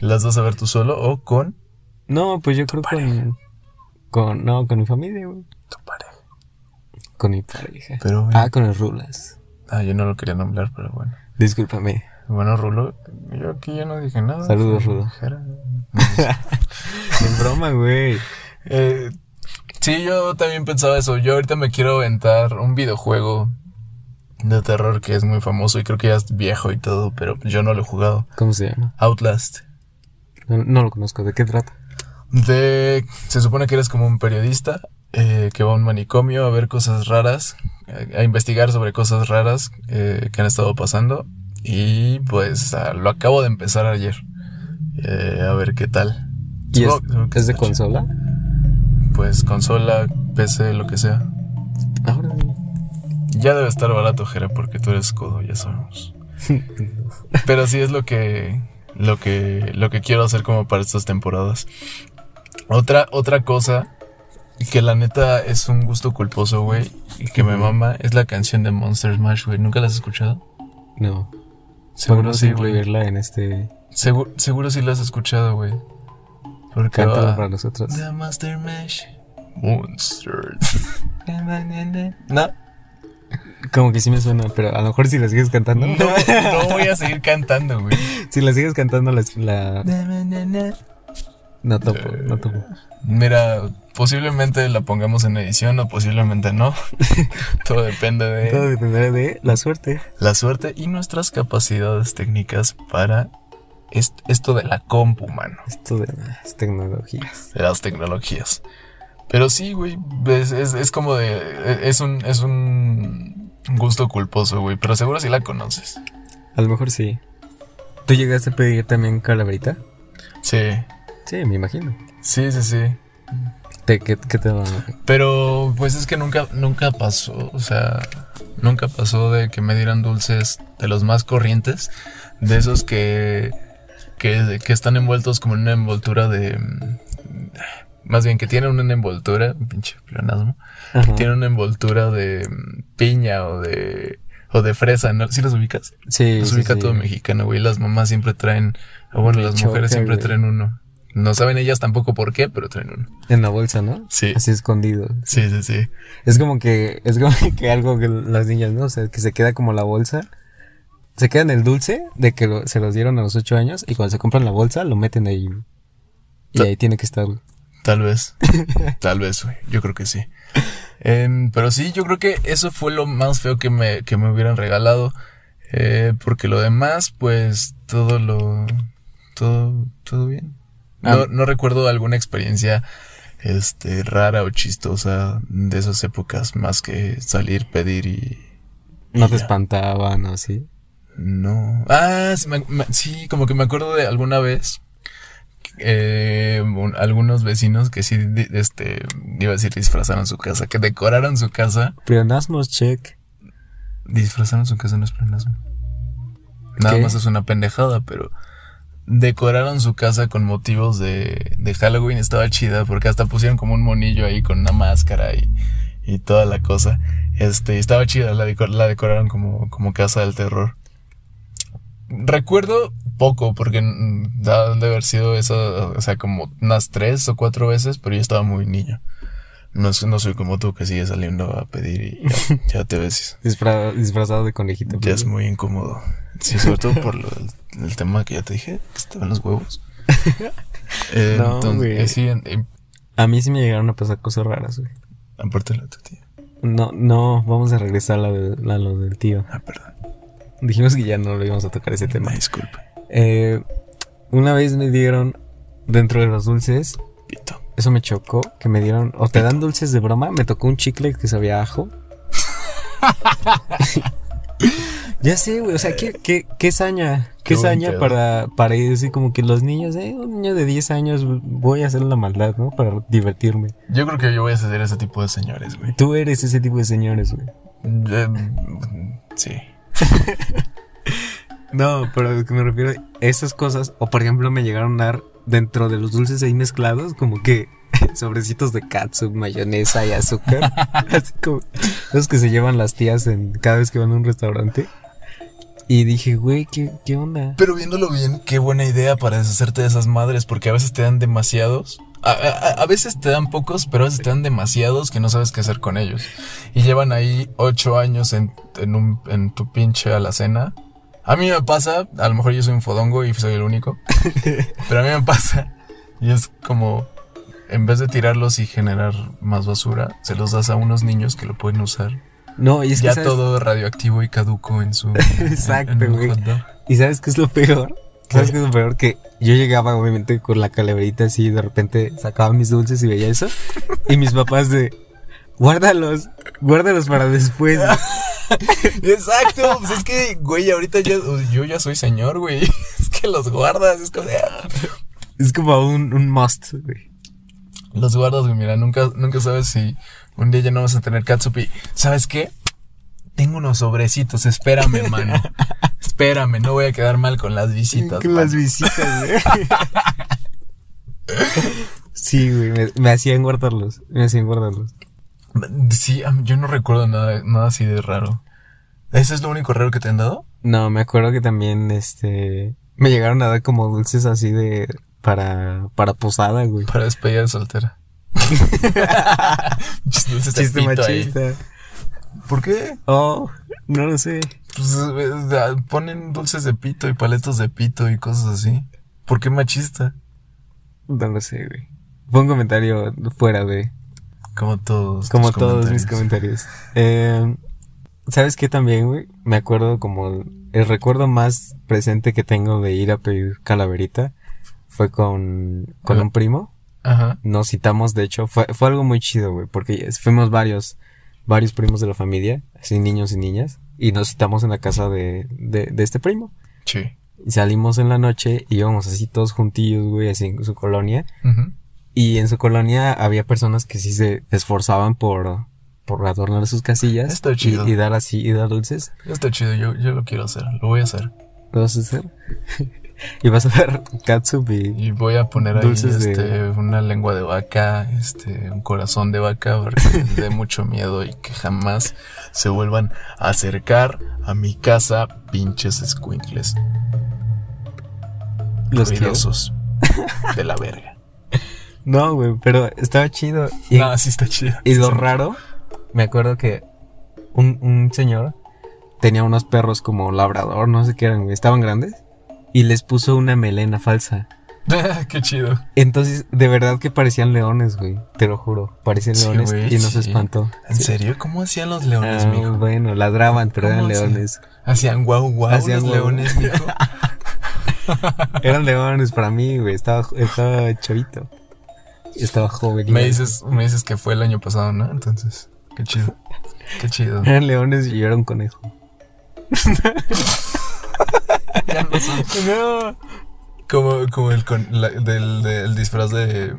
¿Las vas a ver tú solo o con no, pues yo creo con, con... No, con mi familia, güey. tu pareja? Con mi pareja. Pero, güey. Ah, con los rulas. Ah, yo no lo quería nombrar, pero bueno. Discúlpame. Bueno, Rulo, yo aquí ya no dije nada. Saludos, Rulo. En broma, güey. Eh, sí, yo también pensaba eso. Yo ahorita me quiero aventar un videojuego de terror que es muy famoso y creo que ya es viejo y todo, pero yo no lo he jugado. ¿Cómo se llama? Outlast. No, no lo conozco. ¿De qué trata? De, se supone que eres como un periodista eh, que va a un manicomio a ver cosas raras, a, a investigar sobre cosas raras eh, que han estado pasando. Y pues ah, lo acabo de empezar ayer. Eh, a ver qué tal. ¿Y es, Supongo- supongo que es de está chido. consola? Pues consola, PC, lo que sea. Ah, Ahora. Ya debe estar barato, Jera, porque tú eres codo, ya sabemos. Pero sí es lo que, lo que, lo que quiero hacer como para estas temporadas. Otra, otra cosa que la neta es un gusto culposo, güey, y que me mama, es la canción de Monster Smash, güey. ¿Nunca la has escuchado? No. Seguro Podemos sí, güey. incluirla en este Seguro, seguro sí la has escuchado, güey. Porque cántalo va- para nosotros. The Master Mesh. Monster. no. Como que sí me suena, pero a lo mejor si la sigues cantando. No, no voy a seguir cantando, güey. si la sigues cantando la, la- no topo, no topo. Mira, posiblemente la pongamos en edición o posiblemente no. Todo depende Todo de dependerá de la suerte. la suerte y nuestras capacidades técnicas para est- esto de la compu, mano, Esto de las tecnologías. de las tecnologías. Pero sí, güey, es, es- es como de... e, Es un, es un gusto culposo, güey, pero seguro si la conoces. A lo mejor sí. ¿Tú llegaste a pedir también calaverita? Sí, Sí, me imagino. sí, sí, sí. ¿Te, qué, qué te daban? Pero pues es que nunca, nunca pasó, o sea, nunca pasó de que me dieran dulces de los más corrientes, de esos que, que, que están envueltos como en una envoltura de... mm, Más bien que tienen una envoltura, pinche pleonasmo, Ajá. tienen una envoltura de mm, piña o de... O de fresa, ¿no? ¿Sí las ubicas? Sí, Los sí, ubica sí. todo mexicano, güey. Las mamás siempre traen... O bueno, Me las choca, mujeres siempre güey. traen uno. No saben ellas tampoco por qué, pero traen uno. En la bolsa, ¿no? Sí. Así escondido. Sí, sí, sí. Es como que es como que algo que las niñas, ¿no? O sea, que se queda como la bolsa. Se queda en el dulce de que lo- se los dieron a los ocho años y cuando se compran la bolsa lo meten ahí. Y ahí tiene que estar. Tal vez. Tal vez, güey. Yo creo que sí. Em, pero sí, yo creo que eso fue lo más feo que me, que me hubieran regalado. Eh, porque lo demás, pues, todo lo. Todo, todo bien. No, no recuerdo alguna experiencia este, rara o chistosa de esas épocas más que salir, pedir y. No y te ya. espantaban o así. No. Ah, sí, me- me- sí, como que me acuerdo de alguna vez. eh, un- algunos vecinos que sí, di- este, iba a decir disfrazaron su casa, que decoraron su casa. Prionasmos check. Disfrazaron su casa no es pleonasmo. Nada ¿Qué? más es una pendejada, pero decoraron su casa con motivos de, de Halloween. Estaba chida porque hasta pusieron como un monillo ahí con una máscara y, y toda la cosa. Este, estaba chida, la, deco- la decoraron como, como casa del terror. Recuerdo poco, porque mm, ha de haber sido eso, o sea, como unas tres o cuatro veces, pero yo estaba muy niño. No, es- no soy como tú que sigues saliendo a pedir y ya, ya te ves Disfra- disfrazado de conejito. ya es muy incómodo. Sí, sobre todo por lo del, el tema que ya te dije, que estaban los huevos. Eh, No, entonces, güey. eh, sí, en- en- A mí sí me llegaron a pasar cosas raras, güey. aparte de la otra tía. No, no, vamos a regresar a lo, de- a lo del tío. Ah, perdón. Dijimos que ya no lo íbamos a tocar ese tema. Una disculpa. Eh, una vez me dieron dentro de los dulces Pito. Eso me chocó, que me dieron, o te dan dulces de broma, me tocó un chicle que sabía a ajo. ya sé, güey, o sea, ¿qué, qué, qué saña? Qué ¿Qué, buen saña pedo. para, para ir así como que los niños, eh, un niño de 10 años, voy a hacer la maldad, ¿no? Para divertirme. Yo creo que yo voy a ceder a ese tipo de señores, güey. Tú eres ese tipo de señores, güey. Eh, mm, sí. No, pero lo que me refiero, esas cosas, o por ejemplo me llegaron a dar dentro de los dulces ahí mezclados, como que sobrecitos de catsup, mayonesa y azúcar. Así como los que se llevan las tías en cada vez que van a un restaurante. Y dije, güey, ¿qué, qué onda? Pero viéndolo bien, qué buena idea para deshacerte de esas madres, porque a veces te dan demasiados. A, a- a veces te dan pocos, pero a veces te dan demasiados que no sabes qué hacer con ellos. Y llevan ahí ocho años en, en, un- en tu pinche alacena. A mí me pasa, a lo mejor yo soy un fodongo y soy el único, pero a mí me pasa. Y es como, en vez de tirarlos y generar más basura, se los das a unos niños que lo pueden usar. No, y es ya que ¿sabes? todo radioactivo y caduco en su... en- en un Exacto, güey. hot dog. ¿Y sabes qué es lo peor? ¿Sabes ¿Qué? qué es lo peor? Que yo llegaba obviamente con la calaverita así, de repente sacaba mis dulces y veía eso. Y mis papás de, guárdalos, guárdalos para después. Exacto, pues es que, güey, ahorita ya, yo ya soy señor, güey. Es que los guardas, es como, ah. Es como un, un must, güey. Los guardas, güey, mira, nunca, nunca sabes si un día ya no vas a tener catsup y, ¿sabes qué? Tengo unos sobrecitos, espérame, mano. Espérame, no voy a quedar mal con las visitas. Que las mano. visitas, güey. sí, güey, me, me hacían guardarlos. Me hacían guardarlos. Sí, a mí- yo no recuerdo nada, nada así de raro. ¿Ese es lo único raro que te han dado? No, me acuerdo que también, este, me llegaron a dar como dulces así de, para, para posada, güey. Para despedir de soltera. Chiste, Chiste tapito ahí. machista. ¿Por qué? Oh, no lo sé. Pues, eh, da- ponen dulces de pito y paletos de pito y cosas así. ¿Por qué machista? No lo sé, güey. Fue un comentario fuera de, Como todos. como tus todos mis comentarios. comentarios. Eh, ¿Sabes qué también, güey? Me acuerdo como el recuerdo más presente que tengo de ir a pedir calaverita fue con, con Ah. un primo. Ajá. Nos citamos, de hecho, fue, fue algo muy chido, güey, porque fuimos varios, varios primos de la familia, así niños y niñas, y nos citamos en la casa de, de, de este primo. Sí. Y salimos en la noche y íbamos así todos juntillos, güey, así en su colonia. Ujú. Y en su colonia había personas que sí se esforzaban por, por adornar sus casillas. Está chido. Y, y dar así, y dar dulces. Está chido, yo, yo lo quiero hacer, lo voy a hacer. ¿Lo vas a hacer? y vas a ver Katsup y... Y voy a poner ahí Dulces de- este, una lengua de vaca, este, un corazón de vaca, para que les dé mucho miedo y que jamás se vuelvan a acercar a mi casa, pinches squinkles, Los quiero. ruidosos de la verga. No, güey, pero estaba chido. Y, no, sí está chido. y Sí lo se- raro, me acuerdo que un, un señor tenía unos perros como labrador, no sé qué eran, güey. Estaban grandes. Y les puso una melena falsa. Qué chido. Entonces, de verdad que parecían leones, güey. Te lo juro. Parecían Sí, leones güey, y nos sí. espantó. ¿En Sí. serio? ¿Cómo hacían los leones, Ah, mijo? bueno, ladraban, pero eran ¿Cómo se- leones. Hacían guau guau Hacían los guau. leones, mijo. Eran leones para mí, güey. Estaba, estaba chavito. Estaba joven. me dices, me dices que fue el año pasado, ¿no? Entonces, qué chido. Qué chido. Eran leones y yo era un conejo. Ya no sé. No. Como, como el, con, la- del, del disfraz de,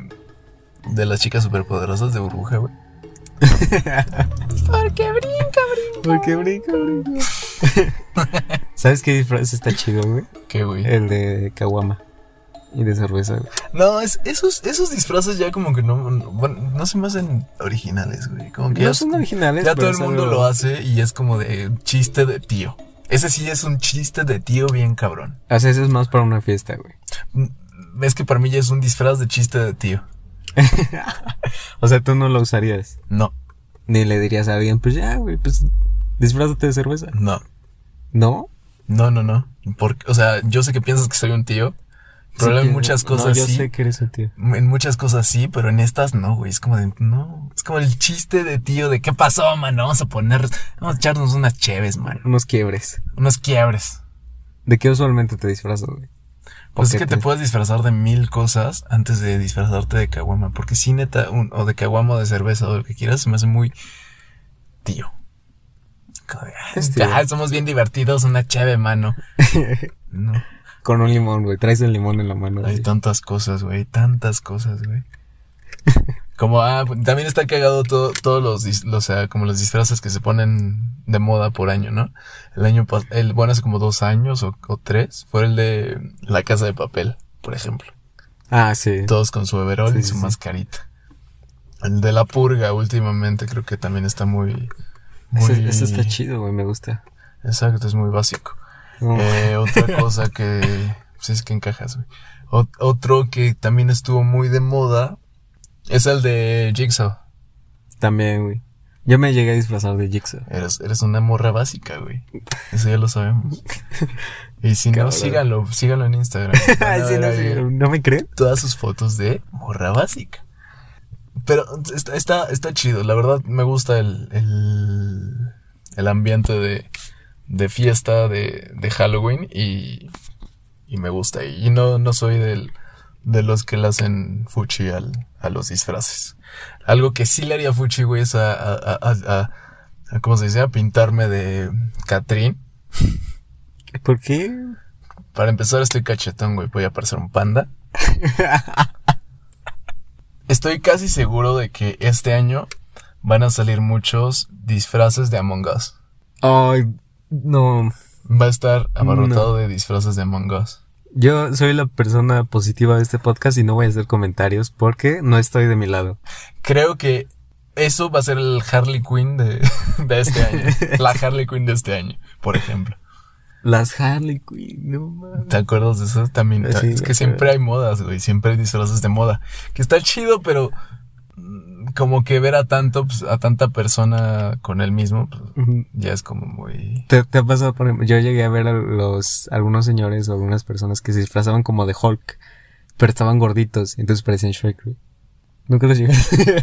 de las chicas superpoderosas de burbuja, güey. Porque brinca, Porque brinco, brinco. ¿Sabes qué disfraz está chido, güey? brinca. ¿Qué, güey? El de caguama. Y de cerveza, güey. No, es, esos, esos disfraces ya como que no, no- bueno, no se me hacen originales, güey. Como que No ya, son originales. ya pero todo el es mundo algo- lo hace y es como de chiste de tío. Ese sí es un chiste de tío bien cabrón. O sea, eso es más para una fiesta, güey. Mm, Es que para mí ya es un disfraz de chiste de tío. O sea, tú no lo usarías. No, Ni le dirías a alguien, pues ya, güey, pues disfrázate de cerveza. no, ¿No? no, no, no. Porque, o sea, yo sé que piensas que soy un tío. Pero Sí, en muchas no, cosas yo sí. sé que eres un tío. En muchas cosas sí, pero en estas no, güey. Es como de, no. Es como el chiste de tío de qué pasó, mano. Vamos a poner, vamos a echarnos unas cheves, mano. Unos quiebres. Unos quiebres. ¿De qué usualmente te disfrazas, güey? Pues es Porque que te puedes disfrazar de mil cosas antes de disfrazarte de caguama. Porque sí, neta, un- o de caguama o de cerveza o de lo que quieras, se me hace muy tío. Como de, "Ah, Es tío. ah, somos bien divertidos, una cheve, mano. No, Con un limón, güey. Traes el limón en la mano. hay güey. tantas cosas, güey. Tantas cosas, güey. Como, ah, también está cagado todo, todos los, dis- los, o sea, como los disfraces que se ponen de moda por año, ¿no? El año pas- el, bueno, hace como dos años o, o tres, fue el de la casa de papel, por ejemplo. Ah, sí. Todos con su overol Sí, y sí, su sí. mascarita. El de la purga últimamente creo que también está muy... muy Eso, eso está chido, güey. Me gusta. Exacto, es muy básico. No. Eh, otra cosa que. Pues es que encajas, güey. Ot- otro que también estuvo muy de moda es el de Jigsaw. También, güey. Yo me llegué a disfrazar de Jigsaw. Eres, eres una morra básica, güey. Eso ya lo sabemos. Y si no, Cabrón. síganlo, síganlo en Instagram. Van a Ah, Sí, ver no, ahí sé, ¿no me creen? Todas sus fotos de morra básica. Pero está, está, está chido, la verdad me gusta el, el, el ambiente de, de fiesta de, de Halloween y, y me gusta. Y no, no soy del, de los que le hacen fuchi al, a los disfraces. Algo que sí le haría fuchi, güey, es a, a, a, a- a- a- ¿cómo se dice? A pintarme de Catrín. ¿Por qué? Para empezar, estoy cachetón, güey. Voy a parecer un panda. Estoy casi seguro de que este año van a salir muchos disfraces de Among Us. Ay, no. Va a estar abarrotado de disfraces de Among Us. Yo soy la persona positiva de este podcast y no voy a hacer comentarios porque no estoy de mi lado. Creo que Eso va a ser el Harley Quinn de, de este año. la Harley Quinn de este año, por ejemplo. Las Harley Quinn, no mames. ¿Te acuerdas de eso? También. Ah, sí, es que me siempre acuerdo. hay modas, güey. Siempre hay disfraces de moda. Que está chido, pero mm, como que ver a tanto, pues, a tanta persona con él mismo, pues, Ujú. ya es como muy. ¿Te, te ha pasado, por ejemplo, yo llegué a ver a los, algunos señores o algunas personas que se disfrazaban como de Hulk, pero estaban gorditos, entonces parecían Shrek, güey. Nunca los llegué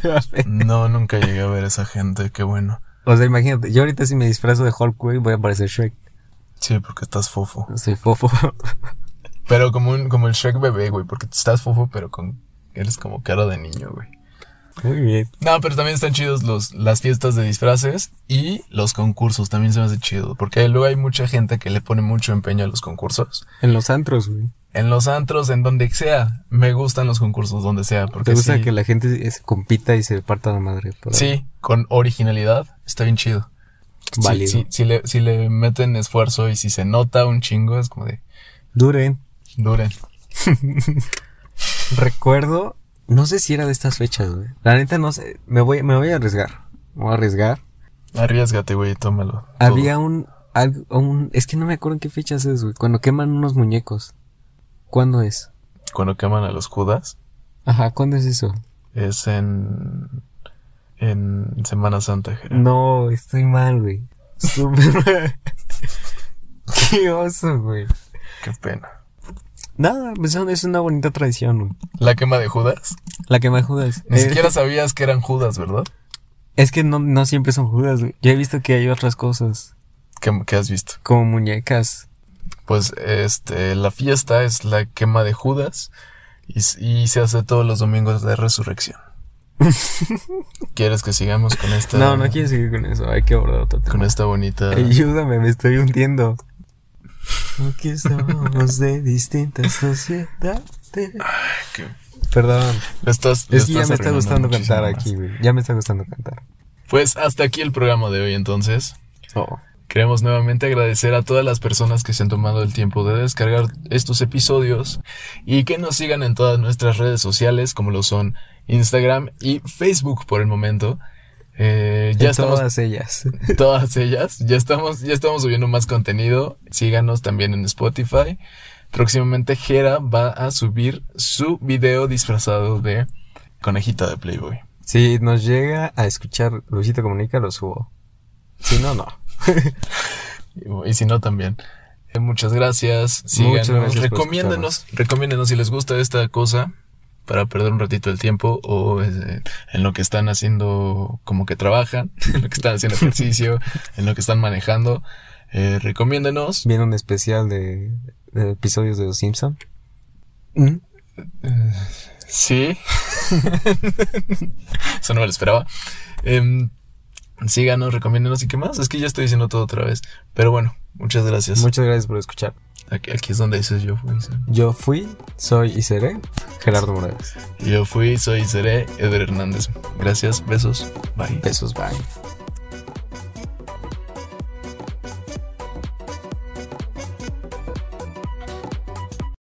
a ver. No, nunca llegué a ver a esa gente, qué bueno. O sea, imagínate, yo ahorita si me disfrazo de Hulk, güey, voy a parecer Shrek. Sí, porque estás fofo. Soy fofo. Pero como un, como el Shrek bebé, güey, porque estás fofo, pero con eres como cara de niño, güey. Muy bien. No, pero también están chidos los, las fiestas de disfraces y los concursos, también se me hace chido, porque luego hay mucha gente que le pone mucho empeño a los concursos. En los antros, güey. En los antros, en donde sea, me gustan los concursos, donde sea, porque ¿Te gusta Pues sí, que la gente se compita y se parta la madre? por algo? sí, con originalidad, está bien chido. Sí, Válido. sí, si, le, si le meten esfuerzo y si se nota un chingo, es como de, Duren. duren. Recuerdo, no sé si era de estas fechas, güey. La neta no sé, me voy, me voy a arriesgar. Me voy a arriesgar. Arriesgate, güey, tómalo. todo. Había un, algo- un, es que no me acuerdo en qué fechas es, güey. Cuando queman unos muñecos. ¿Cuándo es? Cuando queman a los judas, Ajá, ¿cuándo es eso? es en, en Semana Santa, Gerardo. No, estoy mal, güey. Súper mal. Qué oso, güey. Qué pena. Nada, pues son- es una bonita tradición, güey. ¿La quema de Judas? La que más judas. Ni Eh, siquiera sabías que eran Judas, ¿verdad? Es que no, no siempre son judas, güey. Yo he visto que hay otras cosas, ¿Qué, qué has visto? como muñecas. Pues este, la fiesta es la quema de Judas y, s- y se hace todos los domingos de resurrección. ¿Quieres que sigamos con esta, No, no quiero seguir con eso. Hay que abordar otro tema. con esta bonita... Ayúdame, me estoy hundiendo. Porque somos de distintas sociedades. Perdón, Lo estás- lo es que ya estás me está arruinando gustando muchísimo cantar más. aquí, güey. Ya me está gustando cantar. Pues hasta aquí el programa de hoy entonces. Oh. Queremos nuevamente agradecer a todas las personas que se han tomado el tiempo de descargar estos episodios y que nos sigan en todas nuestras redes sociales como lo son Instagram y Facebook por el momento. Eh, ya en estamos todas ellas. todas ellas, ya estamos ya estamos subiendo más contenido. Síganos también en Spotify. Próximamente Jera va a subir su video disfrazado de conejita de Playboy. Si nos llega a escuchar Luisito Comunica, lo subo. Si no, no. Y, y si no, también. Eh, Muchas gracias. Síganos. Muchas gracias por recomiéndenos, recomiéndenos si les gusta esta cosa para perder un ratito el tiempo o eh, en lo que están haciendo, como que trabajan, en lo que están haciendo ejercicio, en lo que están manejando. Eh, recomiéndenos. Viene un especial de, de episodios de Los Simpson. ¿Mm? Sí. Eso no me lo esperaba. Em, síganos, recomiéndenos y qué más. Es que ya estoy diciendo todo otra vez. Pero bueno, muchas gracias. Muchas gracias por escuchar. aquí, aquí es donde dices yo, fui. Yo fui, soy y seré Gerardo Morales. Yo fui, soy y seré Eder Hernández. Gracias, besos, bye. Besos, bye.